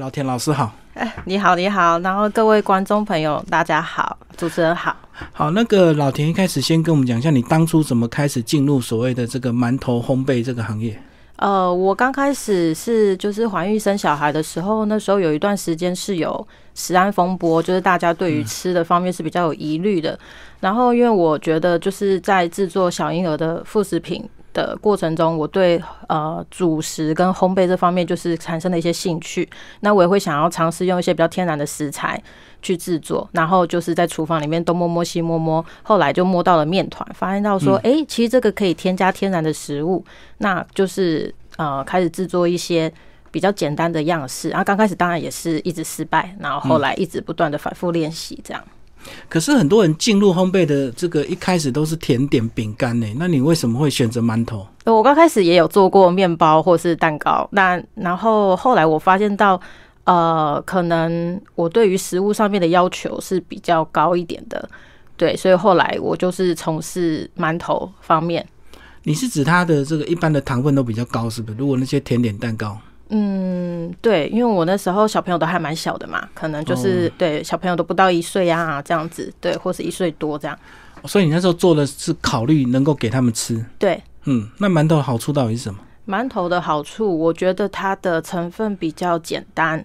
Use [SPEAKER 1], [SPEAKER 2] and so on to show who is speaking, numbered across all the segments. [SPEAKER 1] 老田老师好，
[SPEAKER 2] 你好，你好，然后各位观众朋友，大家好，主持人好。
[SPEAKER 1] 好，那个老田一开始先跟我们讲一下，你当初怎么开始进入所谓的这个馒头烘焙这个行业？
[SPEAKER 2] 呃，我刚开始是就是怀孕生小孩的时候，那时候有一段时间是有食安风波，就是大家对于吃的方面是比较有疑虑的。然后因为我觉得就是在制作小婴儿的副食品的过程中，我对呃主食跟烘焙这方面就是产生了一些兴趣。那我也会想要尝试用一些比较天然的食材去制作，然后就是在厨房里面东摸摸西摸摸，后来就摸到了面团，发现到说，诶，其实这个可以添加天然的食物，那就是呃开始制作一些。比较简单的样式，然后刚开始当然也是一直失败，然后后来一直不断的反复练习这样。
[SPEAKER 1] 可是很多人进入烘焙的这个一开始都是甜点饼干呢，那你为什么会选择馒头？
[SPEAKER 2] 我刚开始也有做过面包或是蛋糕，那然后后来我发现到，呃，可能我对于食物上面的要求是比较高一点的，对，所以后来我就是从事馒头方面。
[SPEAKER 1] 你是指它的这个一般的糖分都比较高，是不是？如果那些甜点蛋糕，
[SPEAKER 2] 嗯，对，因为我那时候小朋友都还蛮小的嘛，可能就是、对小朋友都不到一岁啊，这样子，对，或是一岁多这样，
[SPEAKER 1] 所以你那时候做的是考虑能够给他们吃。
[SPEAKER 2] 对。
[SPEAKER 1] 嗯，那馒头的好处到底是什么？
[SPEAKER 2] 馒头的好处，我觉得它的成分比较简单。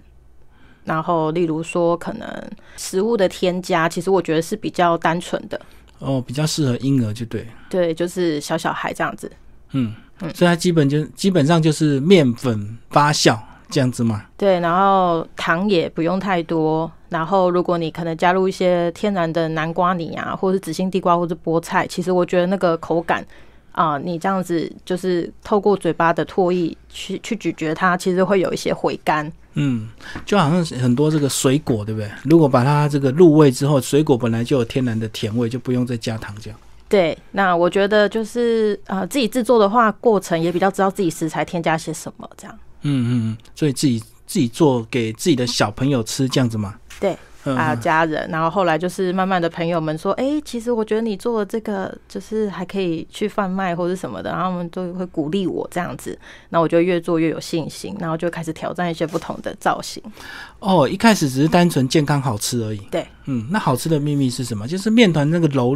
[SPEAKER 2] 然后，例如说，可能食物的添加，其实我觉得是比较单纯的，
[SPEAKER 1] 哦，比较适合婴儿就对，
[SPEAKER 2] 对，就是小小孩这样子，
[SPEAKER 1] 所以它基本就基本上就是面粉发酵这样子嘛。
[SPEAKER 2] 对。然后糖也不用太多，然后如果你可能加入一些天然的南瓜泥啊，或是紫心地瓜，或是菠菜，其实我觉得那个口感啊、你这样子就是透过嘴巴的唾液去去咀嚼它，其实会有一些回甘。
[SPEAKER 1] 嗯，就好像是很多这个水果，对不对？如果把它这个入味之后，水果本来就有天然的甜味，就不用再加糖浆。
[SPEAKER 2] 对，那我觉得就是呃，自己制作的话，过程也比较知道自己食材添加些什么这样。
[SPEAKER 1] 嗯嗯，嗯所以自己自己做给自己的小朋友吃，这样子嘛。
[SPEAKER 2] 对，
[SPEAKER 1] 嗯、
[SPEAKER 2] 啊，
[SPEAKER 1] 嗯
[SPEAKER 2] 家人，然后后来就是慢慢的朋友们说，哎、其实我觉得你做的这个就是还可以去贩卖或者什么的，然后他们都会鼓励我这样子，那我就越做越有信心，然后就开始挑战一些不同的造型。
[SPEAKER 1] 哦，一开始只是单纯健康好吃而已。
[SPEAKER 2] 对，
[SPEAKER 1] 嗯，那好吃的秘密是什么？就是面团那个揉，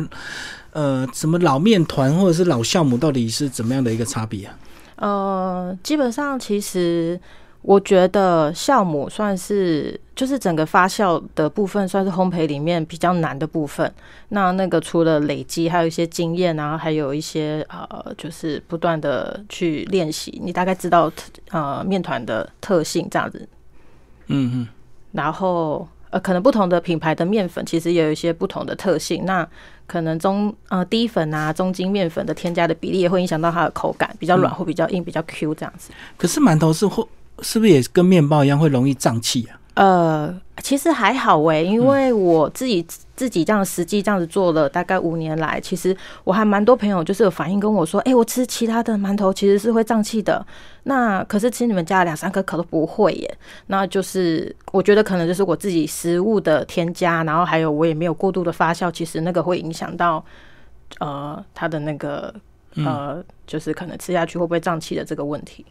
[SPEAKER 1] 呃，什么老面团或者是老酵母，到底是怎么样的一个差别啊？
[SPEAKER 2] 呃，基本上其实我觉得酵母算是就是整个发酵的部分，算是烘焙里面比较难的部分。那那个除了累积，还有一些经验，然后还有一些呃，就是不断的去练习，你大概知道呃面团的特性这样子。
[SPEAKER 1] 嗯嗯。
[SPEAKER 2] 然后呃，可能不同的品牌的面粉其实也有一些不同的特性。那可能中呃低粉啊、中筋面粉的添加的比例也会影响到它的口感，比较软或比较硬、比较 Q 这样子。
[SPEAKER 1] 可是馒头是会是不是也跟面包一样会容易胀气啊？
[SPEAKER 2] 呃，其实还好诶、因为我自己、自己这样实际这样子做了大概五年来，其实我还蛮多朋友就是有反映跟我说，哎、我吃其他的馒头其实是会胀气的，那可是吃你们家的两三颗可都不会耶。那就是我觉得可能就是我自己食物的添加，然后还有我也没有过度的发酵，其实那个会影响到呃它的那个呃、就是可能吃下去会不会胀气的这个问题。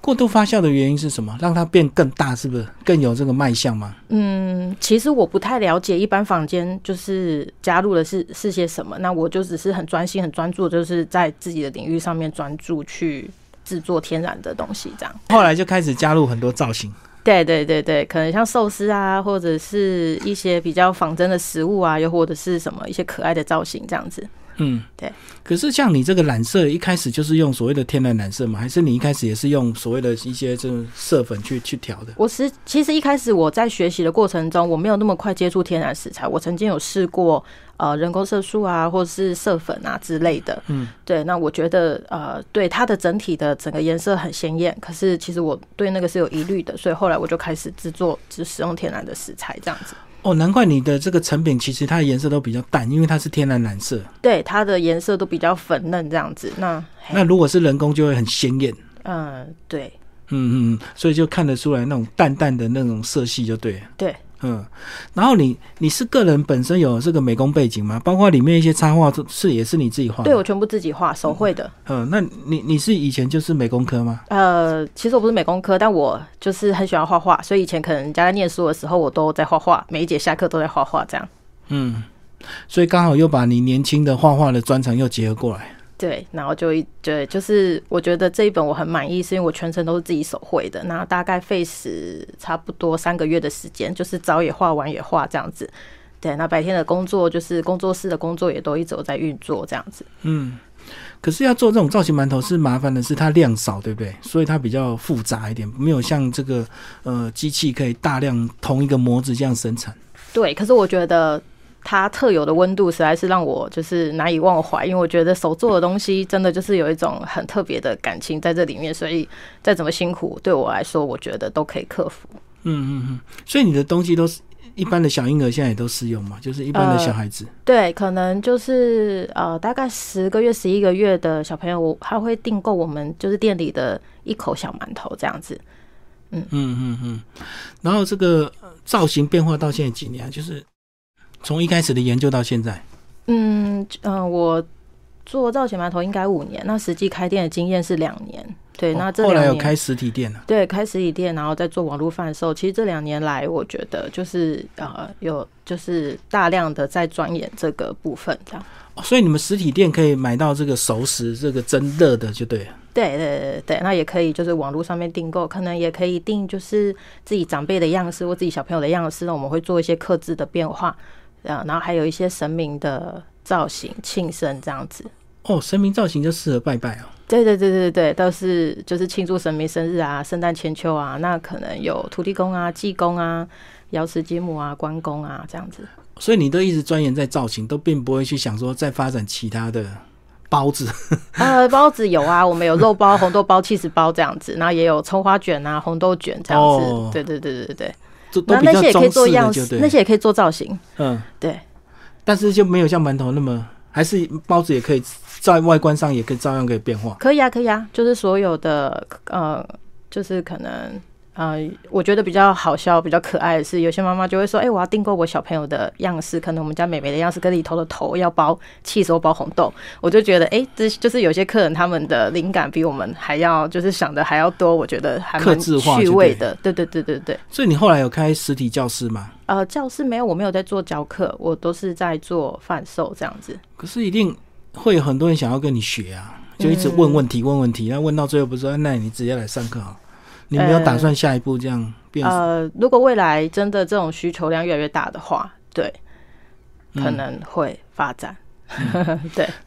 [SPEAKER 1] 过度发酵的原因是什么？让它变更大，是不是更有这个卖相吗？
[SPEAKER 2] 嗯，其实我不太了解一般坊间就是加入的是是些什么，那我就只是很专心、很专注，就是在自己的领域上面专注去制作天然的东西，这样。
[SPEAKER 1] 后来就开始加入很多造型。
[SPEAKER 2] 对对对对，可能像寿司啊，或者是一些比较仿真的食物啊，又或者是什么一些可爱的造型这样子。
[SPEAKER 1] 嗯，
[SPEAKER 2] 对。
[SPEAKER 1] 可是像你这个染色，一开始就是用所谓的天然染色嘛？还是你一开始也是用所谓的一些这种色粉去去调的？
[SPEAKER 2] 我实其实一开始我在学习的过程中，我没有那么快接触天然食材。我曾经有试过呃人工色素啊，或是色粉啊之类的。
[SPEAKER 1] 嗯，
[SPEAKER 2] 对。那我觉得呃，对它的整体的整个颜色很鲜艳，可是其实我对那个是有疑虑的，所以后来我就开始制作只使用天然的食材这样子。
[SPEAKER 1] 哦，难怪你的这个成品其实它的颜色都比较淡，因为它是天然染色。
[SPEAKER 2] 对，它的颜色都比较粉嫩这样子。那嘿
[SPEAKER 1] 那如果是人工就会很鲜艳。
[SPEAKER 2] 嗯、对
[SPEAKER 1] 嗯嗯，所以就看得出来那种淡淡的那种色系就对了。
[SPEAKER 2] 对。
[SPEAKER 1] 嗯，然后你你是个人本身有这个美工背景吗？包括里面一些插画都是也是你自己画的？
[SPEAKER 2] 对我全部自己画手绘的。
[SPEAKER 1] 嗯，那你你是以前就是美工科吗？
[SPEAKER 2] 呃，其实我不是美工科，但我就是很喜欢画画，所以以前可能人家在念书的时候，我都在画画，每一节下课都在画画这样。
[SPEAKER 1] 嗯，所以刚好又把你年轻的画画的专长又结合过来。
[SPEAKER 2] 对，然后就一对，就是我觉得这一本我很满意，是因为我全程都是自己手绘的，那大概费时差不多三个月的时间，就是早也画，晚也画这样子。对，那白天的工作就是工作室的工作也都一直有在运作这样子。
[SPEAKER 1] 嗯，可是要做这种造型馒头是麻烦的是它量少，对不对？所以它比较复杂一点，没有像这个呃机器可以大量同一个模子这样生产。
[SPEAKER 2] 对，可是我觉得它特有的温度实在是让我就是难以忘怀，因为我觉得手做的东西真的就是有一种很特别的感情在这里面，所以再怎么辛苦对我来说，我觉得都可以克服。
[SPEAKER 1] 嗯嗯嗯，所以你的东西都是一般的小婴儿现在也都适用嘛，就是一般的小孩子。
[SPEAKER 2] 对，可能就是呃，大概十个月、十一个月的小朋友，我他会订购我们就是店里的一口小馒头这样子。
[SPEAKER 1] 嗯嗯嗯，然后这个呃造型变化到现在几年啊，就是从一开始的研究到现在。
[SPEAKER 2] 嗯嗯、呃我做造型馒头应该五年，那实际开店的经验是两年。对，那这
[SPEAKER 1] 哦后来
[SPEAKER 2] 两
[SPEAKER 1] 有
[SPEAKER 2] 年。
[SPEAKER 1] 开实体店了、
[SPEAKER 2] 对，开实体店，然后再做网络贩售。其实这两年来，我觉得就是呃，有就是大量的在钻研这个部分，这样。
[SPEAKER 1] 哦所以你们实体店可以买到这个熟食，这个蒸热的就对了。
[SPEAKER 2] 对对对对，那也可以，就是网络上面订购，可能也可以订就是自己长辈的样式或自己小朋友的样式，那我们会做一些刻制的变化，啊，然后还有一些神明的造型、庆生这样子。
[SPEAKER 1] 哦，神明造型就适合拜拜哦。
[SPEAKER 2] 对对对对对，都是就是庆祝神明生日啊、圣诞千秋啊，那可能有土地公啊、济公啊、瑶池金母啊、关公啊这样子。
[SPEAKER 1] 所以你都一直钻研在造型，都并不会去想说再发展其他的包子。
[SPEAKER 2] 呃，包子有啊，我们有肉包、红豆包、气 h 包这样子，然后也有葱花卷啊、红豆卷这样子。
[SPEAKER 1] 哦
[SPEAKER 2] 对对对对对对，
[SPEAKER 1] 都都
[SPEAKER 2] 那
[SPEAKER 1] 比
[SPEAKER 2] 那
[SPEAKER 1] 较
[SPEAKER 2] 些也可以
[SPEAKER 1] 中
[SPEAKER 2] 做
[SPEAKER 1] 式
[SPEAKER 2] 样
[SPEAKER 1] 的，就
[SPEAKER 2] 式，
[SPEAKER 1] 对
[SPEAKER 2] 那
[SPEAKER 1] 了。
[SPEAKER 2] 些也可以做造型。
[SPEAKER 1] 嗯，
[SPEAKER 2] 对
[SPEAKER 1] 但是就没有像馒头那么，还是包子也可以在外观上也可以照样可以变化。
[SPEAKER 2] 可以啊，可以啊，就是所有的呃，就是可能呃，我觉得比较好笑、比较可爱的是，有些妈妈就会说：“哎、我要订购我小朋友的样式，可能我们家美美的样式跟里头的头要包气手包红豆。”我就觉得，哎、这就是有些客人他们的灵感比我们还要，就是想的还要多，我觉得还
[SPEAKER 1] 客
[SPEAKER 2] 蛮
[SPEAKER 1] 制化
[SPEAKER 2] 趣
[SPEAKER 1] 就
[SPEAKER 2] 味
[SPEAKER 1] 对
[SPEAKER 2] 的。对对对对对。
[SPEAKER 1] 所以你后来有开实体教室吗？
[SPEAKER 2] 呃，教室没有，我没有在做教课，我都是在做贩售这样子。
[SPEAKER 1] 可是一定会有很多人想要跟你学啊，
[SPEAKER 2] 嗯
[SPEAKER 1] 就一直问问题，问问题，那问到最后不是啊说，那你直接来上课好？你没有打算下一步这样变？
[SPEAKER 2] 呃，如果未来真的这种需求量越来越大的话，对，可
[SPEAKER 1] 嗯
[SPEAKER 2] 能会发展。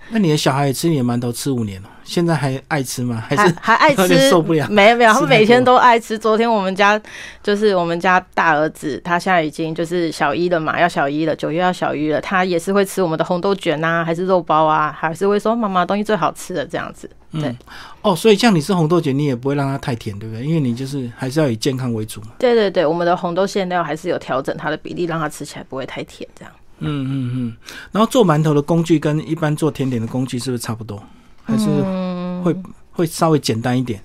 [SPEAKER 1] 那你的小孩也吃你的馒头吃五年了，现在还爱吃吗？还
[SPEAKER 2] 还
[SPEAKER 1] 是
[SPEAKER 2] 还爱
[SPEAKER 1] 有点
[SPEAKER 2] 吃，
[SPEAKER 1] 受不了
[SPEAKER 2] 没有没有，他们
[SPEAKER 1] 吃太
[SPEAKER 2] 每天
[SPEAKER 1] 多
[SPEAKER 2] 都爱吃。昨天我们家就是我们家大儿子，他现在已经就是小一了嘛，要小一了，九月要小一了，他也是会吃我们的红豆卷啊，还是肉包啊，还是会说妈妈东西最好吃的这样子。对
[SPEAKER 1] 嗯哦，所以像你吃红豆卷，你也不会让它太甜，对不对？因为你就是还是要以健康为主嘛。
[SPEAKER 2] 对对对，我们的红豆馅料还是有调整它的比例，让它吃起来不会太甜这样。
[SPEAKER 1] 嗯嗯嗯。然后做馒头的工具跟一般做甜点的工具是不是差不多？还是会、会稍微简单一点？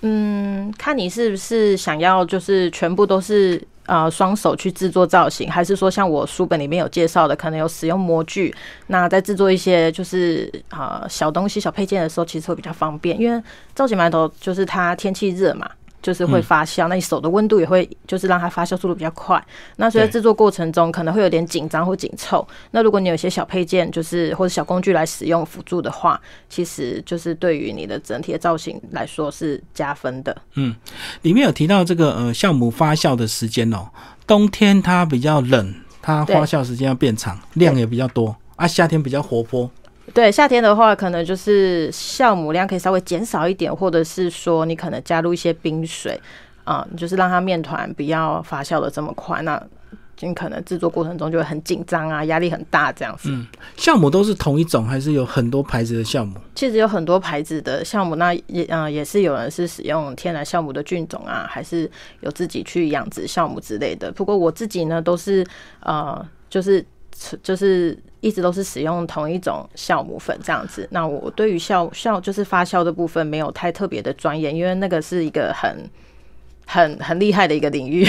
[SPEAKER 2] 嗯，看你是不是想要就是全部都是呃双手去制作造型，还是说像我书本里面有介绍的，可能有使用模具，那在制作一些就是呃小东西、小配件的时候，其实会比较方便，因为造型馒头就是它天气热嘛。就是会
[SPEAKER 1] 嗯
[SPEAKER 2] 发酵，那你手的温度也会，就是让它发酵速度比较快。那所以在
[SPEAKER 1] 对
[SPEAKER 2] 制作过程中可能会有点紧张或紧凑。那如果你有一些小配件，就是或者小工具来使用辅助的话，其实就是对于你的整体的造型来说是加分的。
[SPEAKER 1] 里面有提到这个呃酵母发酵的时间哦，冬天它比较冷，它
[SPEAKER 2] 对
[SPEAKER 1] 发酵时间要变长，量也比较多啊，夏天比较活泼。
[SPEAKER 2] 对，夏天的话，可能就是酵母量可以稍微减少一点，或者是说你可能加入一些冰水，啊、就是让它面团不要发酵的这么快。那你可能制作过程中就会很紧张啊，压力很大这样子。
[SPEAKER 1] 酵母都是同一种，还是有很多牌子的酵母？
[SPEAKER 2] 其实有很多牌子的酵母，那也呃也是有人是使用天然酵母的菌种啊，还是有自己去养殖酵母之类的。不过我自己呢，都是呃就是就是一直都是使用同一种酵母粉这样子。那我对于酵酵就是发酵的部分没有太特别的专业，因为那个是一个很。很很厉害的一个领域。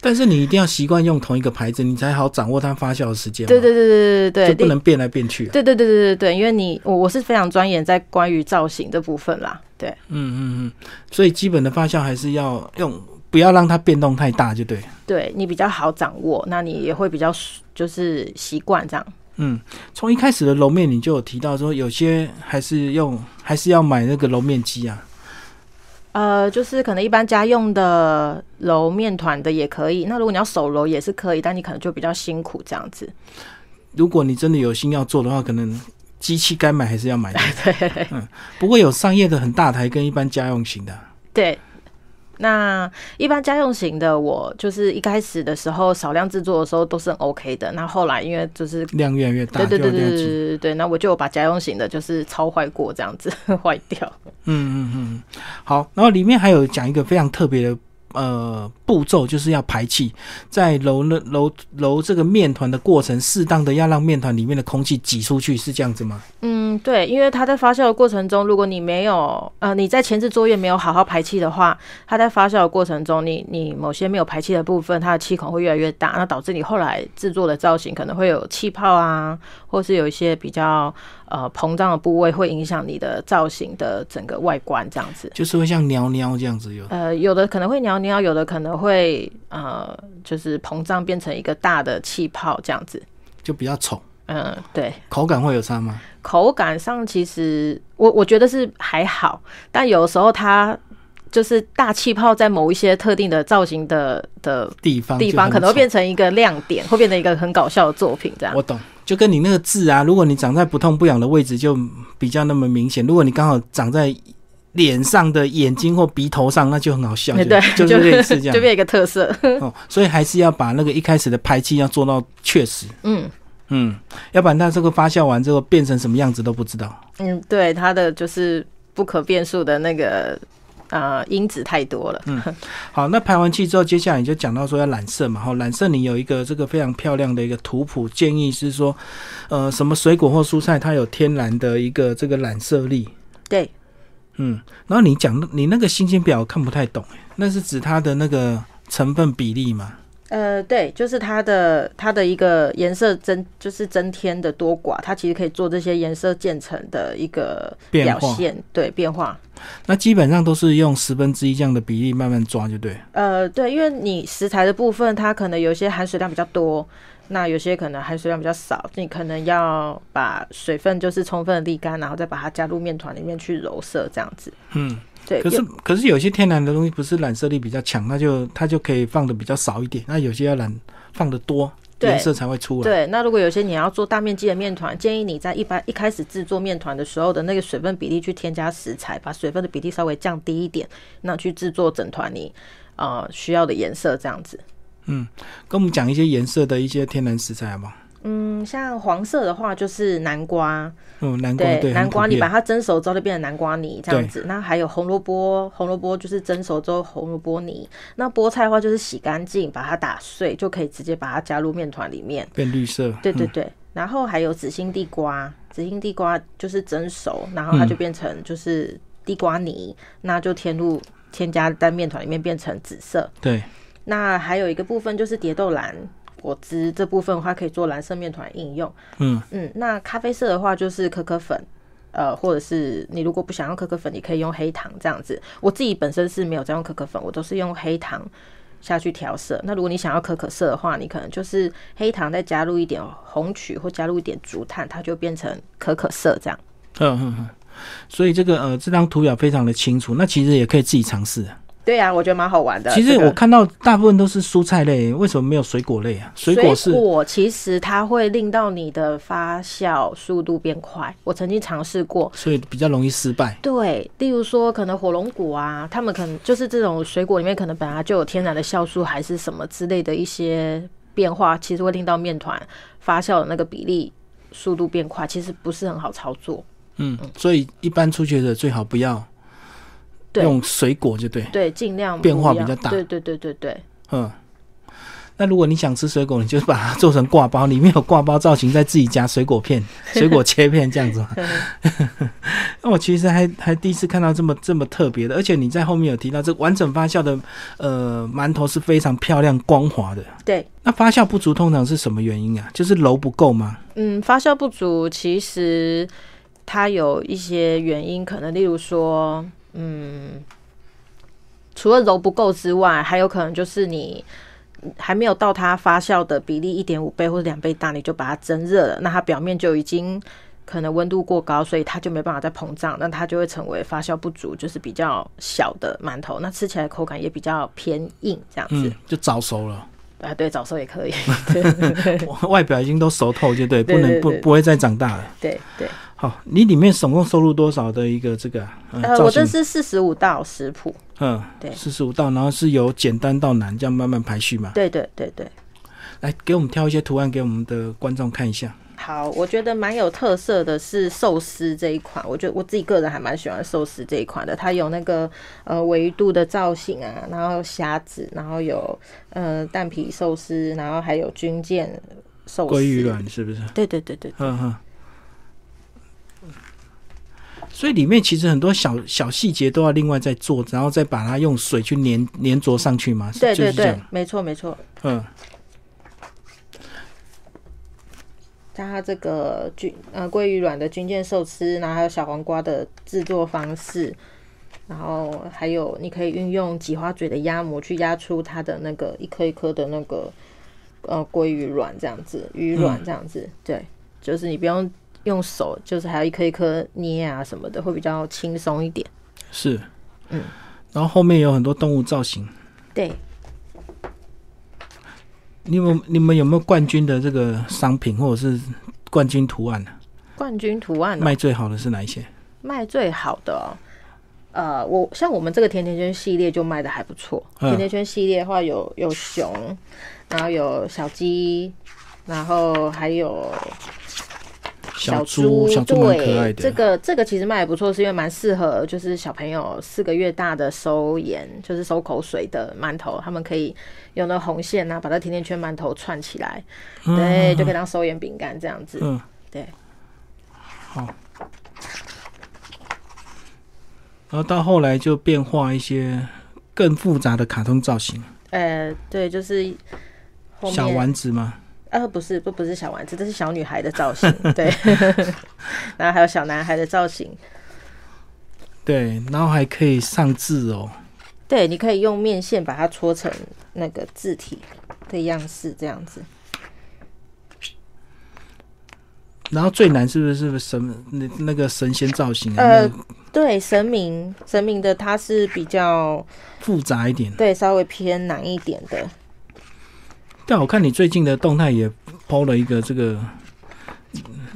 [SPEAKER 1] 但是你一定要习惯用同一个牌子，你才好掌握它发酵的时间嘛。
[SPEAKER 2] 对对对对对
[SPEAKER 1] 就
[SPEAKER 2] 对，
[SPEAKER 1] 不
[SPEAKER 2] 另
[SPEAKER 1] 能变来变去、啊。
[SPEAKER 2] 对对对对对对，因为你我我是非常钻研在关于造型这部分啦，对
[SPEAKER 1] 嗯嗯嗯，所以基本的发酵还是要用，不要让它变动太大，就对。
[SPEAKER 2] 对，你比较好掌握，那你也会比较就是习惯这样。
[SPEAKER 1] 嗯，从一开始的揉面你就有提到说，有些还是用还是要买那个揉面机啊。
[SPEAKER 2] 呃，就是可能一般家用的揉面团的也可以，那如果你要手揉也是可以，但你可能就比较辛苦这样子。
[SPEAKER 1] 如果你真的有心要做的话，可能机器该买还是要买的。 嗯
[SPEAKER 2] 对
[SPEAKER 1] 不过有商业的很大台跟一般家用型的啊，
[SPEAKER 2] 对，那一般家用型的我就是一开始的时候少量制作的时候都是很 OK 的，那后来因为就是
[SPEAKER 1] 量越来越大，
[SPEAKER 2] 对对对
[SPEAKER 1] 就
[SPEAKER 2] 对
[SPEAKER 1] 要
[SPEAKER 2] 对
[SPEAKER 1] 量级
[SPEAKER 2] 对对对，那我就有把家用型的就是超坏过这样子 坏掉。
[SPEAKER 1] 嗯嗯嗯，嗯好，然后里面还有讲一个非常特别的呃步骤，就是要排气，在揉那揉揉这个面团的过程，适当的要让面团里面的空气挤出去，是这样子吗？
[SPEAKER 2] 嗯，对，因为它在发酵的过程中，如果你没有呃你在前置作业没有好好排气的话，它在发酵的过程中，你你某些没有排气的部分，它的气孔会越来越大，那导致你后来制作的造型可能会有气泡啊，或是有一些比较呃膨胀的部位，会影响你的造型的整个外观这样子。
[SPEAKER 1] 就是会像鸟鸟这样子有。
[SPEAKER 2] 呃，有的可能会袅袅，有的可能会呃，就是膨胀变成一个大的气泡这样子。
[SPEAKER 1] 就比较丑，
[SPEAKER 2] 嗯，对，
[SPEAKER 1] 口感会有差吗？
[SPEAKER 2] 口感上其实我我觉得是还好，但有时候它就是大气泡在某一些特定的造型的的
[SPEAKER 1] 地方
[SPEAKER 2] 地
[SPEAKER 1] 就
[SPEAKER 2] 方，
[SPEAKER 1] 很
[SPEAKER 2] 可能会
[SPEAKER 1] 丑
[SPEAKER 2] 变成一个亮 点，会变成一个很搞笑的作品这样。
[SPEAKER 1] 我懂，就跟你那个痣啊，如果你长在不痛不痒的位置，就比较那么明显；如果你刚好长在脸上的眼睛或鼻头上，那就很好笑，
[SPEAKER 2] 对，
[SPEAKER 1] 就就是类似这
[SPEAKER 2] 就
[SPEAKER 1] 样。
[SPEAKER 2] 变一个特色。
[SPEAKER 1] 哦，所以还是要把那个一开始的排气要做到确实，
[SPEAKER 2] 嗯
[SPEAKER 1] 嗯，要不然它这个发酵完之后变成什么样子都不知道。
[SPEAKER 2] 嗯，对，它的就是不可变数的那个呃因子太多了。
[SPEAKER 1] 嗯好，那排完气之后，接下来你就讲到说要染色嘛，好，染色你有一个这个非常漂亮的一个图谱，建议是说，呃，什么水果或蔬菜它有天然的一个这个染色力，
[SPEAKER 2] 对，
[SPEAKER 1] 嗯，然后你讲你那个星星表我看不太懂、欸，那是指它的那个成分比例嘛？
[SPEAKER 2] 呃，对，就是它的它的一个颜色增，就是增添的多寡，它其实可以做这些颜色渐层的一个
[SPEAKER 1] 变
[SPEAKER 2] 表
[SPEAKER 1] 化
[SPEAKER 2] 现，对变化。
[SPEAKER 1] 那基本上都是用十分之一这样的比例慢慢抓就对。
[SPEAKER 2] 呃，对，因为你食材的部分，它可能有些含水量比较多，那有些可能含水量比较少，你可能要把水分就是充分地沥干，然后再把它加入面团里面去揉色，这样子。
[SPEAKER 1] 嗯，
[SPEAKER 2] 对，
[SPEAKER 1] 可
[SPEAKER 2] 有
[SPEAKER 1] 是可是有些天然的东西不是染色力比较强，那就它就可以放的比较少一点，那有些要染放的多，
[SPEAKER 2] 对
[SPEAKER 1] 颜色才会出来。
[SPEAKER 2] 对，那如果有些你要做大面积的面团，建议你在一般一开始制作面团的时候的那个水分比例去添加食材，把水分的比例稍微降低一点，那去制作整团你呃需要的颜色这样子。
[SPEAKER 1] 跟我们讲一些颜色的一些天然食材好不好？
[SPEAKER 2] 嗯，像黄色的话就是南瓜，
[SPEAKER 1] 嗯，南瓜
[SPEAKER 2] 对，
[SPEAKER 1] 对，
[SPEAKER 2] 南
[SPEAKER 1] 很普
[SPEAKER 2] 瓜你
[SPEAKER 1] 遍
[SPEAKER 2] 把它蒸熟之后就变成南瓜泥这样
[SPEAKER 1] 对
[SPEAKER 2] 子。那还有红萝卜，红萝卜就是蒸熟之后红萝卜泥。那菠菜的话就是洗干净，把它打碎，就可以直接把它加入面团里面。
[SPEAKER 1] 变绿色。
[SPEAKER 2] 对对
[SPEAKER 1] 嗯
[SPEAKER 2] 对，然后还有紫心地瓜，紫心地瓜就是蒸熟，然
[SPEAKER 1] 嗯
[SPEAKER 2] 后它就变成就是地瓜泥，那就添入添加在面团里面变成紫色。
[SPEAKER 1] 对，
[SPEAKER 2] 那还有一个部分就是蝶豆兰果汁这部分的话，可以做蓝色面团应用。
[SPEAKER 1] 嗯，
[SPEAKER 2] 嗯，那咖啡色的话就是可可粉。呃，或者是你如果不想用可可粉，你可以用黑糖这样子。我自己本身是没有在用可可粉，我都是用黑糖下去调色。那如果你想要可可色的话，你可能就是黑糖再加入一点红曲，或加入一点竹炭，它就变成可可色这样。
[SPEAKER 1] 嗯嗯嗯。所以这个呃，这张图表非常的清楚，那其实也可以自己尝试。
[SPEAKER 2] 对啊呀、我觉得蛮好玩的。
[SPEAKER 1] 其实
[SPEAKER 2] 呃这个
[SPEAKER 1] 我看到大部分都是蔬菜类，为什么没有水果类啊？水果是
[SPEAKER 2] 其实它会令到你的发酵速度变快。我曾经尝试过，
[SPEAKER 1] 所以比较容易失败。
[SPEAKER 2] 对，例如说可能火龙果啊，他们可能就是这种水果里面可能本来就有天然的酵素，还是什么之类的一些变化，其实会令到面团发酵的那个比例速度变快，其实不是很好操作。
[SPEAKER 1] 嗯，所以一般初学者最好不要
[SPEAKER 2] 对
[SPEAKER 1] 用水果，就对。
[SPEAKER 2] 对，尽量
[SPEAKER 1] 变化
[SPEAKER 2] 不一
[SPEAKER 1] 比
[SPEAKER 2] 样
[SPEAKER 1] 较大
[SPEAKER 2] 对对对对对，
[SPEAKER 1] 嗯，那如果你想吃水果，你就把它做成挂包，里面有挂包造型，再自己加水果 片、水果切片这样子嘛。 那我其实还还第一次看到这么这么特别的，而且你在后面有提到这完整发酵的呃馒头是非常漂亮光滑的。
[SPEAKER 2] 对，
[SPEAKER 1] 那发酵不足通常是什么原因啊？就是楼不够吗？
[SPEAKER 2] 嗯，发酵不足其实它有一些原因，可能例如说，嗯，除了揉不够之外，还有可能就是你还没有到它发酵的比例一点五倍或者两倍大，你就把它蒸热了，那它表面就已经可能温度过高，所以它就没办法再膨胀，那它就会成为发酵不足，就是比较小的馒头，那吃起来口感也比较偏硬这样子。
[SPEAKER 1] 嗯，就早熟了，
[SPEAKER 2] 啊，对，早熟也可以，
[SPEAKER 1] 外表已经都熟透，就对，不能
[SPEAKER 2] 对对
[SPEAKER 1] 不
[SPEAKER 2] 对
[SPEAKER 1] 不会再长大了。
[SPEAKER 2] 对对。
[SPEAKER 1] 好，你里面总共收录多少的一个这个啊、呃
[SPEAKER 2] 呃，
[SPEAKER 1] 造
[SPEAKER 2] 我这
[SPEAKER 1] 型？
[SPEAKER 2] 是四十五道食谱，
[SPEAKER 1] 嗯，
[SPEAKER 2] 对
[SPEAKER 1] 四十五道，然后是由简单到难这样慢慢排序嘛。
[SPEAKER 2] 对对对对。
[SPEAKER 1] 来，给我们挑一些图案给我们的观众看一下。
[SPEAKER 2] 好，我觉得蛮有特色的是寿司这一款，我觉得我自己个人还蛮喜欢寿司这一款的。它有那个呃维度的造型啊，然后虾子，然后有呃蛋皮寿司，然后还有军舰寿司。
[SPEAKER 1] 鲑鱼卵是不是？
[SPEAKER 2] 对对对对
[SPEAKER 1] 嗯哼。所以里面其实很多小小细节都要另外再做，然后再把它用水去粘粘着上去嘛。是
[SPEAKER 2] 对
[SPEAKER 1] 就
[SPEAKER 2] 对
[SPEAKER 1] 是这
[SPEAKER 2] 对
[SPEAKER 1] 样。，
[SPEAKER 2] 没错没错。
[SPEAKER 1] 嗯，
[SPEAKER 2] 像它这个军呃鲑鱼卵的军舰寿司，然后还有小黄瓜的制作方式，然后还有你可以运用挤花嘴的压模去压出它的那个一颗一颗的那个呃鲑鱼卵这样子，鱼卵这样子，对，就是你不用用手，就是还有一颗一颗捏啊什么的，会比较轻松一点。
[SPEAKER 1] 是。
[SPEAKER 2] 嗯。
[SPEAKER 1] 然后后面有很多动物造型，
[SPEAKER 2] 对，
[SPEAKER 1] 你们你们有没有冠军的这个商品或者是冠军图案呢、啊
[SPEAKER 2] 冠军图案哦、
[SPEAKER 1] 卖最好的是哪一些？
[SPEAKER 2] 卖最好的哦、呃，我像我们这个甜甜圈系列就卖的还不错。
[SPEAKER 1] 嗯
[SPEAKER 2] 甜甜圈系列的话有，有熊，然后有小鸡，然后还有
[SPEAKER 1] 猪，
[SPEAKER 2] 猪。
[SPEAKER 1] 小猪蛮可爱
[SPEAKER 2] 对，
[SPEAKER 1] 的。
[SPEAKER 2] 这个这个其实卖的不错，是因为蛮适合就是小朋友四个月大的收盐，就是收口水的馒头，他们可以用那红线啊，把它甜甜圈馒头串起来，对，就可以当收盐饼干这样子。
[SPEAKER 1] 嗯，
[SPEAKER 2] 对。
[SPEAKER 1] 好。然后到后来就变化一些更复杂的卡通造型，
[SPEAKER 2] 呃，对，就是后面
[SPEAKER 1] 小丸子嘛，
[SPEAKER 2] 呃，不是，不不是小丸子，这是小女孩的造型， 对，然后还有小男孩的造型，
[SPEAKER 1] 对，然后还可以上字哦，
[SPEAKER 2] 对，你可以用面线把它搓成那个字体的样式，这样子。
[SPEAKER 1] 然后最难是不是是不是神那那个神仙造型啊，
[SPEAKER 2] 呃
[SPEAKER 1] 那个
[SPEAKER 2] 对，神明，神明的它是比较
[SPEAKER 1] 复杂一点。
[SPEAKER 2] 对稍微偏难一点的，
[SPEAKER 1] 但我看你最近的动态也抛了一个这个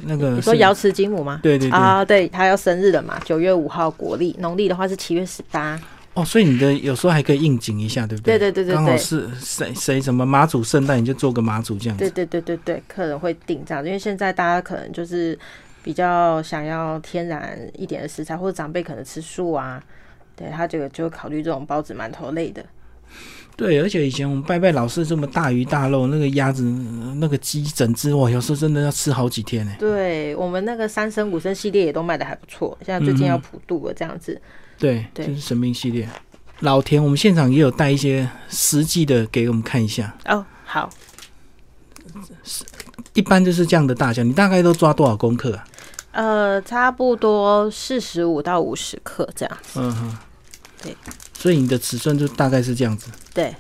[SPEAKER 1] 那个
[SPEAKER 2] 你说
[SPEAKER 1] 呃是
[SPEAKER 2] 瑶池金母吗？
[SPEAKER 1] 对对对、
[SPEAKER 2] 啊，对，他要生日了嘛，九月五号国历，农历的话是七月十八，
[SPEAKER 1] 哦，所以你的有时候还可以应景一下，对不对？
[SPEAKER 2] 对对对对
[SPEAKER 1] 刚好
[SPEAKER 2] 对
[SPEAKER 1] 是谁谁什么马祖圣诞，你就做个马祖这样子。
[SPEAKER 2] 对对对对对，客人会订这样，因为现在大家可能就是比较想要天然一点的食材，或者长辈可能吃素啊，对他这个就会考虑这种包子、馒头类的。
[SPEAKER 1] 对，而且以前我们拜拜老是这么大鱼大肉，那个鸭子、呃那个鸡整只，哇，有时候真的要吃好几天呢。
[SPEAKER 2] 对我们那个三生五生系列也都卖的还不错，现在最近要
[SPEAKER 1] 嗯
[SPEAKER 2] 普渡了这样子。
[SPEAKER 1] 对，
[SPEAKER 2] 对
[SPEAKER 1] 就是神明系列。老田，我们现场也有带一些实际的给我们看一下，
[SPEAKER 2] 哦，好，
[SPEAKER 1] 一般就是这样的大小，你大概都抓多少功课啊？
[SPEAKER 2] 呃，差不多四十五到五十克这样。
[SPEAKER 1] 嗯哼，
[SPEAKER 2] 对，
[SPEAKER 1] 所以你的尺寸就大概是这样子，
[SPEAKER 2] 对。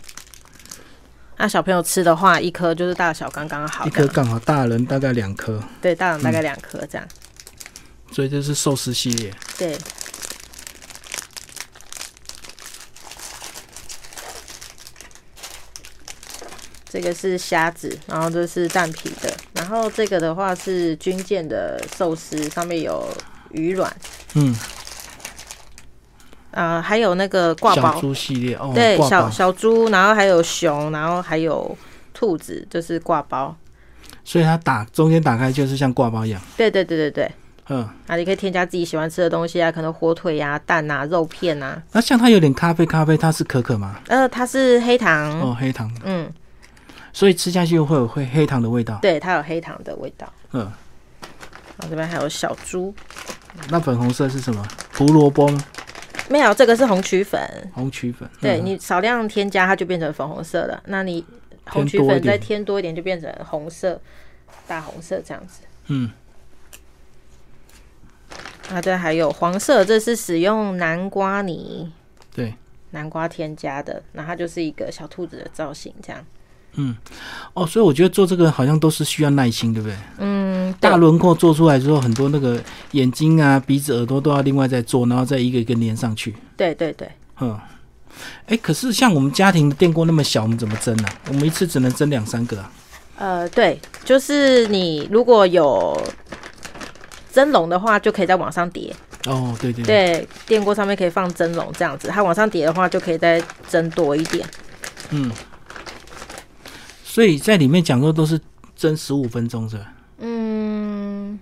[SPEAKER 2] 那小朋友吃的话，一颗就是大小刚刚好
[SPEAKER 1] 一
[SPEAKER 2] 这
[SPEAKER 1] 颗
[SPEAKER 2] 样，
[SPEAKER 1] 刚嗯好，大人大概两颗，
[SPEAKER 2] 对，大人大概两颗这样，
[SPEAKER 1] 所以这是寿司系列。
[SPEAKER 2] 对。这个是虾子，然后这是蛋皮的，然后这个的话是军舰的寿司，上面有鱼卵，
[SPEAKER 1] 嗯，
[SPEAKER 2] 啊，还有那个挂
[SPEAKER 1] 小
[SPEAKER 2] 包，
[SPEAKER 1] 猪系列哦，
[SPEAKER 2] 对，
[SPEAKER 1] 挂
[SPEAKER 2] 小
[SPEAKER 1] 包，
[SPEAKER 2] 小猪，然后还有熊，然后还有兔子，就是挂包。
[SPEAKER 1] 所以它打中间打开就是像挂包一样。
[SPEAKER 2] 对对对对对，
[SPEAKER 1] 嗯，
[SPEAKER 2] 啊，你可以添加自己喜欢吃的东西啊，可能火腿呀、蛋啊、肉片啊，
[SPEAKER 1] 那像它有点咖啡，咖啡它是可可吗？哦
[SPEAKER 2] 呃，它是黑糖，
[SPEAKER 1] 哦，黑糖。
[SPEAKER 2] 嗯，
[SPEAKER 1] 所以吃下去又会有会黑糖的味道。
[SPEAKER 2] 对，它有黑糖的味道。
[SPEAKER 1] 嗯，
[SPEAKER 2] 然后这边还有小猪，
[SPEAKER 1] 那粉红色是什么？胡萝卜吗？
[SPEAKER 2] 没有，这个是红曲粉。
[SPEAKER 1] 红曲粉。
[SPEAKER 2] 对
[SPEAKER 1] 嗯
[SPEAKER 2] 你少量添加，它就变成粉红色了。那你红曲
[SPEAKER 1] 添多一
[SPEAKER 2] 粉再
[SPEAKER 1] 点
[SPEAKER 2] 添多一点，就变成红色、大红色这样子。
[SPEAKER 1] 嗯，
[SPEAKER 2] 那这还有黄色，这是使用南瓜泥、
[SPEAKER 1] 对。
[SPEAKER 2] 南瓜添加的，那它就是一个小兔子的造型这样。
[SPEAKER 1] 哦，所以我觉得做这个好像都是需要耐心，对不对？
[SPEAKER 2] 嗯，对
[SPEAKER 1] 大轮廓做出来之后，很多那个眼睛啊、鼻子、耳朵都要另外再做，然后再一个一个粘上去。
[SPEAKER 2] 对对对，
[SPEAKER 1] 嗯，哎，可是像我们家庭的电锅那么小，我们怎么蒸啊？我们一次只能蒸两三个啊。
[SPEAKER 2] 呃，对，就是你如果有蒸笼的话，就可以在往上叠。
[SPEAKER 1] 哦，对对，
[SPEAKER 2] 对，电锅上面可以放蒸笼这样子，它往上叠的话，就可以再蒸多一点。
[SPEAKER 1] 嗯。所以在里面讲说都是蒸十五分钟是吧？
[SPEAKER 2] 嗯，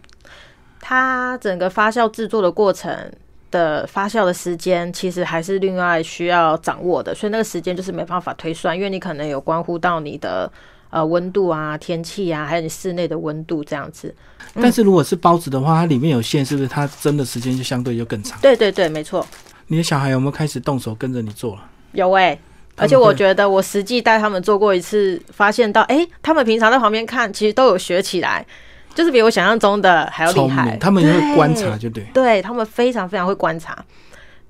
[SPEAKER 2] 它整个发酵制作的过程的发酵的时间，其实还是另外需要掌握的，所以那个时间就是没办法推算，因为你可能有关乎到你的呃温度啊、天气啊，还有你室内的温度这样子。嗯
[SPEAKER 1] 但是如果是包子的话，它里面有馅，是不是它蒸的时间就相对就更长？
[SPEAKER 2] 对对对，没错，
[SPEAKER 1] 你的小孩有没有开始动手跟着你做啊了？
[SPEAKER 2] 有哎、
[SPEAKER 1] 他们
[SPEAKER 2] 而且我
[SPEAKER 1] 会
[SPEAKER 2] 觉得，我实际带他们做过一次，发现到，哎、他们平常在旁边看，其实都有学起来，就是比我想象中的还要厉
[SPEAKER 1] 聪
[SPEAKER 2] 害。
[SPEAKER 1] 明，他们也会
[SPEAKER 2] 对
[SPEAKER 1] 观察，就对。
[SPEAKER 2] 对他们非常非常会观察，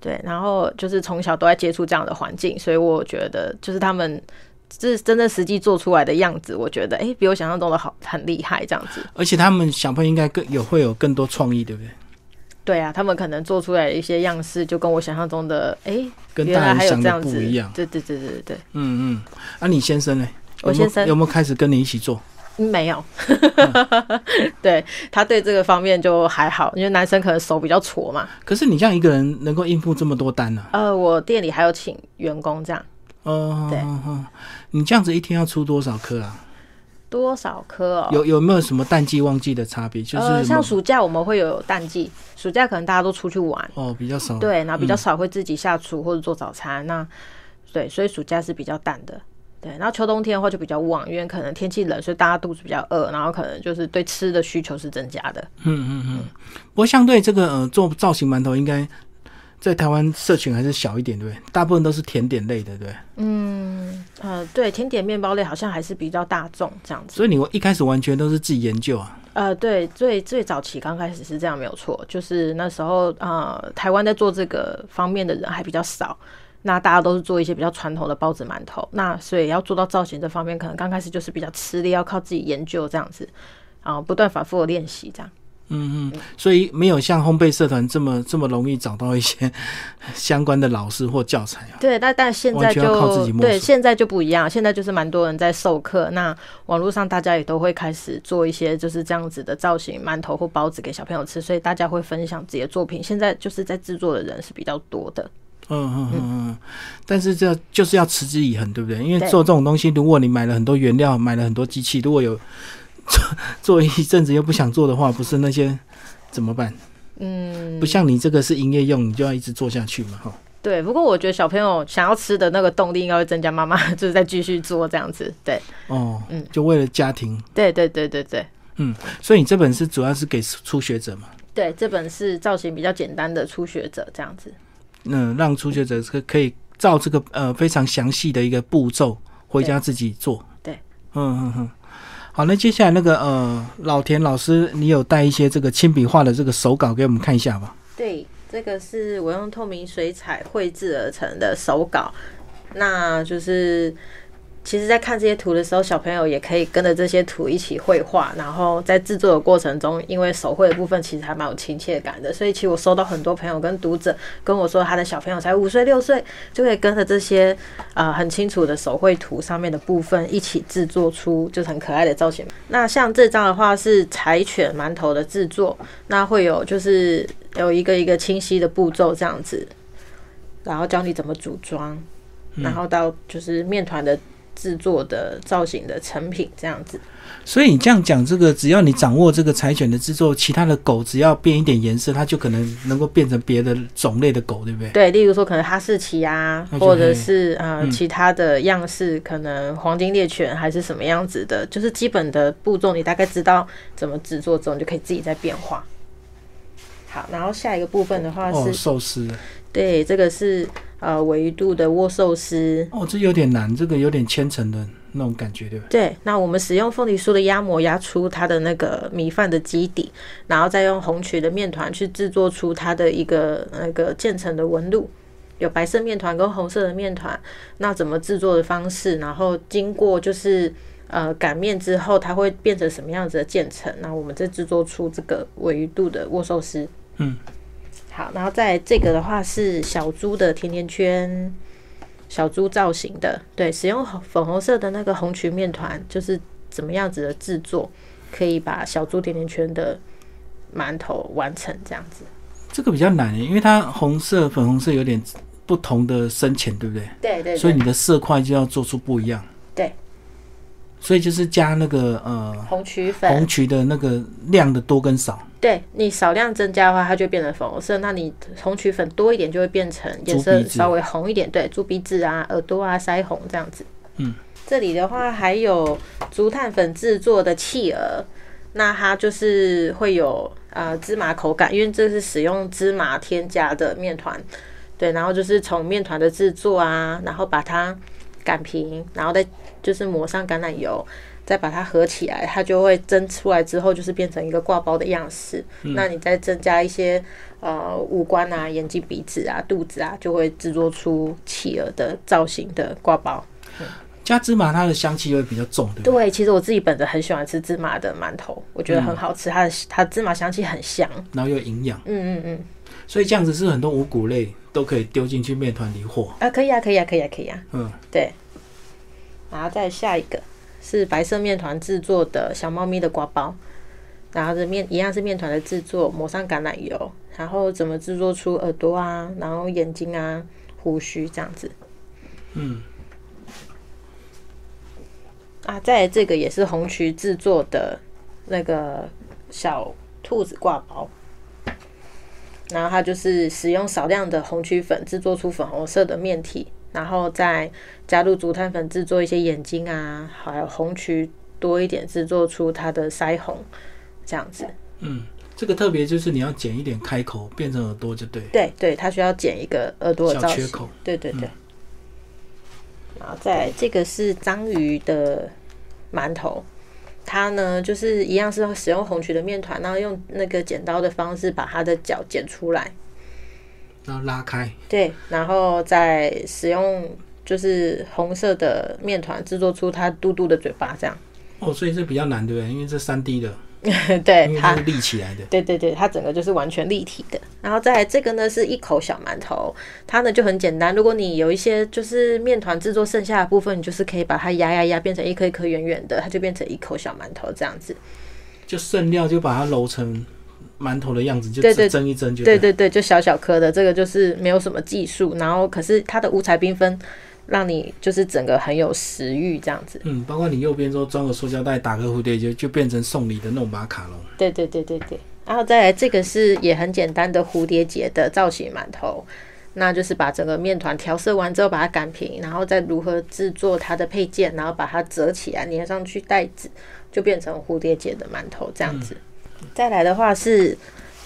[SPEAKER 2] 对，然后就是从小都在接触这样的环境，所以我觉得就是他们这真正实际做出来的样子，我觉得诶比我想象中的好很厉害这样子。
[SPEAKER 1] 而且他们小朋友应该更有会有更多创意，对不对？
[SPEAKER 2] 对啊，他们可能做出来的一些样式，就跟我想象中的诶
[SPEAKER 1] 跟
[SPEAKER 2] 原
[SPEAKER 1] 大
[SPEAKER 2] 来还
[SPEAKER 1] 人想
[SPEAKER 2] 有这
[SPEAKER 1] 的
[SPEAKER 2] 样
[SPEAKER 1] 不
[SPEAKER 2] 子
[SPEAKER 1] 一样。
[SPEAKER 2] 对对对对对对，
[SPEAKER 1] 嗯嗯，啊，你先生呢？
[SPEAKER 2] 我
[SPEAKER 1] 有没有
[SPEAKER 2] 先生
[SPEAKER 1] 有没有开始跟你一起做？
[SPEAKER 2] 嗯没有， 对他对这个方面就还好，因为男生可能手比较矬嘛。
[SPEAKER 1] 可是你这样一个人能够应付这么多单呢、啊
[SPEAKER 2] 呃，我店里还有请员工这样。
[SPEAKER 1] 哦、
[SPEAKER 2] 对
[SPEAKER 1] 对，你这样子一天要出多少颗啊？
[SPEAKER 2] 多少颗哦？
[SPEAKER 1] 有有没有什么淡季旺季的差别？就是
[SPEAKER 2] 呃，
[SPEAKER 1] 什么
[SPEAKER 2] 像暑假我们会有淡季，暑假可能大家都出去玩，
[SPEAKER 1] 哦比较少，
[SPEAKER 2] 对，然后比较
[SPEAKER 1] 嗯
[SPEAKER 2] 少会自己下厨或者做早餐，那对，所以暑假是比较淡的。对，然后秋冬天的话就比较旺，因为可能天气冷，所以大家肚子比较饿，然后可能就是对吃的需求是增加的。
[SPEAKER 1] 嗯嗯嗯。不过相对这个呃做造型馒头，应该在台湾社群还是小一点，对不对？大部分都是甜点类的，对不对。
[SPEAKER 2] 呃，对，甜点面包类好像还是比较大众这样子。
[SPEAKER 1] 所以你一开始完全都是自己研究啊，
[SPEAKER 2] 呃，对，最最早期刚开始是这样没有错，就是那时候呃，台湾在做这个方面的人还比较少，那大家都是做一些比较传统的包子、馒头，那所以要做到造型这方面，可能刚开始就是比较吃力，要靠自己研究这样子，啊、不断反复的练习这样。
[SPEAKER 1] 嗯嗯，所以没有像烘焙社团这么这么容易找到一些 相关的老师或教材啊。
[SPEAKER 2] 对，但但现
[SPEAKER 1] 完
[SPEAKER 2] 在
[SPEAKER 1] 全要靠自己
[SPEAKER 2] 就
[SPEAKER 1] 摸
[SPEAKER 2] 对
[SPEAKER 1] 索
[SPEAKER 2] 现在就不一样，现在就是蛮多人在授课，那网络上大家也都会开始做一些就是这样子的造型馒头或包子给小朋友吃，所以大家会分享自己的作品。现在就是在制作的人是比较多的。
[SPEAKER 1] 嗯嗯嗯嗯，但是这就是要持之以恒，对不对？因为
[SPEAKER 2] 对
[SPEAKER 1] 做这种东西，如果你买了很多原料，买了很多机器，如果有做做 一阵子又不想做的话，不是那些怎么办？
[SPEAKER 2] 嗯
[SPEAKER 1] 不，像你这个是营业用，你就要一直做下去嘛，哈。
[SPEAKER 2] 对。不过我觉得小朋友想要吃的那个动力应该会增加，妈妈 就是在继续做这样子。对，
[SPEAKER 1] 哦
[SPEAKER 2] 嗯，
[SPEAKER 1] 就为了家庭，
[SPEAKER 2] 对，对，对，对，对，
[SPEAKER 1] 所以你这本是主要是给初学者嘛，
[SPEAKER 2] 对。这本是造型比较简单的初学者这样子。
[SPEAKER 1] 嗯，让初学者可可以照这个呃非常详细的一个步骤回家自己做。
[SPEAKER 2] 对，
[SPEAKER 1] 嗯嗯嗯。好，那接下来那个呃，老田老师，你有带一些这个亲笔画的这个手稿给我们看一下吧？
[SPEAKER 2] 对，这个是我用透明水彩绘制而成的手稿，那就是。其实，在看这些图的时候，小朋友也可以跟着这些图一起绘画，然后在制作的过程中，因为手绘的部分其实还蛮有亲切感的，所以其实我收到很多朋友跟读者跟我说，他的小朋友才五岁六岁，就可以跟着这些呃很清楚的手绘图上面的部分一起制作出就是很可爱的造型。那像这张的话是柴犬馒头的制作，那会有就是有一个一个清晰的步骤
[SPEAKER 1] 嗯
[SPEAKER 2] 这样子，然后教你怎么组装，然后到就是面团的制作的造型的成品这样子。
[SPEAKER 1] 所以你这样讲，这个只要你掌握这个柴犬的制作，其他的狗只要变一点颜色，它就可能能够变成别的种类的狗，对不对？
[SPEAKER 2] 对，例如说可能哈士奇啊
[SPEAKER 1] 那，就
[SPEAKER 2] 或者是呃、
[SPEAKER 1] 嗯
[SPEAKER 2] 其他的样式，可能黄金猎犬还是什么样子的，就是基本的步骤你大概知道怎么制作之后，你就可以自己再变化。好，然后下一个部分的话是，
[SPEAKER 1] 哦，寿司，
[SPEAKER 2] 对，这个是呃维度的握寿司，
[SPEAKER 1] 哦，这有点难，这个有点千层的那种感觉，对不对？
[SPEAKER 2] 对，那我们使用凤梨酥的压模压出它的那个米饭的基底，然后再用红曲的面团去制作出它的一个那个渐层的纹路。有白色面团跟红色的面团，那怎么制作的方式？然后经过就是呃擀面之后，它会变成什么样子的渐层？那我们再制作出这个维度的握寿司。
[SPEAKER 1] 嗯，
[SPEAKER 2] 好，然后在这个的话是小猪的甜甜圈。小猪造型的，对，使用红粉红色的那个红曲面团，就是怎么样子的制作，可以把小猪甜甜圈的馒头完成这样子。
[SPEAKER 1] 这个比较难，因为它红色、粉红色有点不同的深浅，对不对？
[SPEAKER 2] 对对
[SPEAKER 1] 所以你的色块就要做出不一样。
[SPEAKER 2] 对。
[SPEAKER 1] 所以就是加那个呃
[SPEAKER 2] 红曲粉，
[SPEAKER 1] 红曲的那个量的多跟少，
[SPEAKER 2] 对你少量增加的话，它就变成粉红色。那你红曲粉多一点，就会变成颜
[SPEAKER 1] 猪
[SPEAKER 2] 色
[SPEAKER 1] 鼻子
[SPEAKER 2] 稍微红一点，对，猪鼻子啊、耳朵啊、腮红这样子。
[SPEAKER 1] 嗯，
[SPEAKER 2] 这里的话还有竹炭粉制啊呃作的企鹅，那它就是会有呃芝麻口感，因为这是使用芝麻添加的面团，对，然后就是从面团的制作啊，然后把它擀平，然后再就是抹上橄榄油，再把它合起来，它就会蒸出来之后就是变成一个挂包的样式。那你再增加一些呃五官啊、眼睛、鼻子啊、肚子啊，就会制作出企鹅的造型的挂包。
[SPEAKER 1] 加芝麻它的香气会比较重，对不对？
[SPEAKER 2] 对，其实我自己本人很喜欢吃芝麻的馒头，我觉得很好吃，它的它芝麻香气很香。
[SPEAKER 1] 然后又营养，
[SPEAKER 2] 嗯嗯嗯，
[SPEAKER 1] 所以这样子是很多五谷类都可以丢进去面团里和。
[SPEAKER 2] 啊，可以啊，可以啊，可以啊，可以啊。
[SPEAKER 1] 嗯，
[SPEAKER 2] 对，然后再下一个是白色面团制作的小猫咪的瓜包，然后是面一样是面团的制作，抹上橄榄油，然后怎么制作出耳朵啊，然后眼睛啊、胡须这样子。
[SPEAKER 1] 嗯。
[SPEAKER 2] 啊，再来这个也是红曲制作的那个小兔子挂包。然后它就是使用少量的红曲粉制作出粉红色的面体，然后再加入竹炭粉制作一些眼睛啊，还有红曲多一点制作出它的腮红，这样
[SPEAKER 1] 哦
[SPEAKER 2] 子。
[SPEAKER 1] 嗯这个特别就是你要剪一点开口，变成耳朵就对，
[SPEAKER 2] 对对，它需要剪一个耳朵的
[SPEAKER 1] 小
[SPEAKER 2] 造
[SPEAKER 1] 缺
[SPEAKER 2] 型。
[SPEAKER 1] 口。嗯
[SPEAKER 2] 对对对。然后再来这个是章鱼的馒头，它呢就是一样是使用红曲的面团，然后用那个剪刀的方式把它的脚剪出来，
[SPEAKER 1] 然后拉开，
[SPEAKER 2] 对，然后再使用就是红色的面团制作出它嘟嘟的嘴巴，这样。
[SPEAKER 1] 哦，所以这比较难，对不对？因为这三 D 的，因
[SPEAKER 2] 对
[SPEAKER 1] 为
[SPEAKER 2] 它
[SPEAKER 1] 它是立起来的。
[SPEAKER 2] 对对对，它整个就是完全立体的。然后再来这个呢是一口小馒头，它呢就很简单。如果你有一些就是面团制作剩下的部分，你就是可以把它压压压，变成一颗一颗圆圆的，它就变成一口小馒头这样子。
[SPEAKER 1] 就剩料就把它揉成馒头的样子，就
[SPEAKER 2] 对
[SPEAKER 1] 只
[SPEAKER 2] 对
[SPEAKER 1] 蒸一蒸就
[SPEAKER 2] 对
[SPEAKER 1] 了
[SPEAKER 2] 对对，就小小颗的，这个就是没有什么技术，然后可是它的五彩缤纷，让你就是整个很有食欲这样子。
[SPEAKER 1] 嗯，包括你右边说装个塑胶袋，打个蝴蝶结，就变成送礼的那种马卡龙。
[SPEAKER 2] 对对对对对。然后再来这个是也很简单的蝴蝶结的造型馒头，那就是把整个面团调色完之后把它擀平，然后再如何制作它的配件，然后把它折起来粘上去袋子，就变成蝴蝶结的馒头这样子。再来的话是。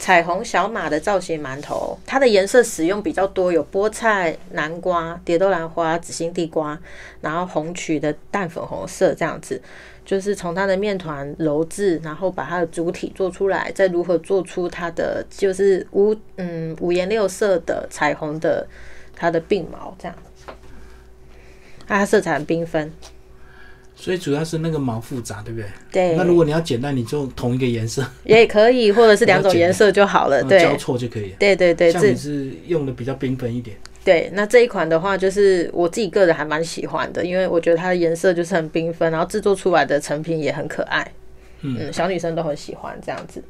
[SPEAKER 2] 彩虹小马的造型馒头，它的颜色使用比较多，有菠菜、南瓜、蝶豆兰花、紫心地瓜，然后红曲的淡粉红色这样子。就是从它的面团揉制，然后把它的主体做出来，再如何做出它的就是五嗯五颜六色的彩虹的它的鬓毛这样，啊，它色彩很缤纷，
[SPEAKER 1] 所以主要是那个毛复杂，对不对？
[SPEAKER 2] 对
[SPEAKER 1] 那，如果你要简单，你就同一个颜色
[SPEAKER 2] 也可以，或者是两
[SPEAKER 1] 了
[SPEAKER 2] 种
[SPEAKER 1] 解
[SPEAKER 2] 颜色就好了，
[SPEAKER 1] 然后
[SPEAKER 2] 呃
[SPEAKER 1] 嗯
[SPEAKER 2] 对
[SPEAKER 1] 交，错就可以了。
[SPEAKER 2] 对对对，
[SPEAKER 1] 像
[SPEAKER 2] 这
[SPEAKER 1] 你是用的比较缤纷一点，
[SPEAKER 2] 对，那这一款的话，就是我自己个人还蛮喜欢的，因为我觉得它的颜色就是很缤纷，然后制作出来的成品也很可爱，
[SPEAKER 1] 嗯
[SPEAKER 2] 嗯，小女生都很喜欢这样子。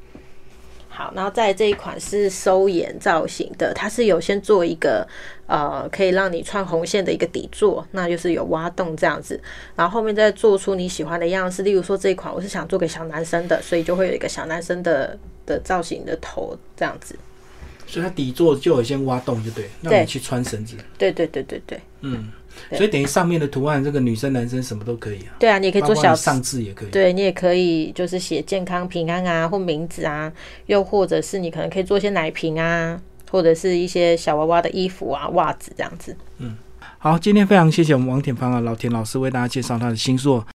[SPEAKER 2] 好，然后在这一款是收眼造型的，它是有先做一个呃可以让你穿红线的一个底座，那就是有挖洞这样子，然后后面再做出你喜欢的样式。例如说这一款我是想做给小男生的，所以就会有一个小男生的的造型的头这样子。
[SPEAKER 1] 所以它底座就有先挖洞，就对，让
[SPEAKER 2] 对
[SPEAKER 1] 你去穿绳子。
[SPEAKER 2] 对对对对对，
[SPEAKER 1] 嗯，
[SPEAKER 2] 对
[SPEAKER 1] 所以等于上面的图案，这个女生男生什么都可以啊，
[SPEAKER 2] 对啊，你也可以做
[SPEAKER 1] 包括
[SPEAKER 2] 小
[SPEAKER 1] 你上字也可以。
[SPEAKER 2] 对你也可以就是写健康平安啊，或名字啊，又或者是你可能可以做一些奶瓶啊，或者是一些小娃娃的衣服啊、袜子这样子。
[SPEAKER 1] 好，今天非常谢谢我们王田芳啊，老田老师为大家介绍他的新作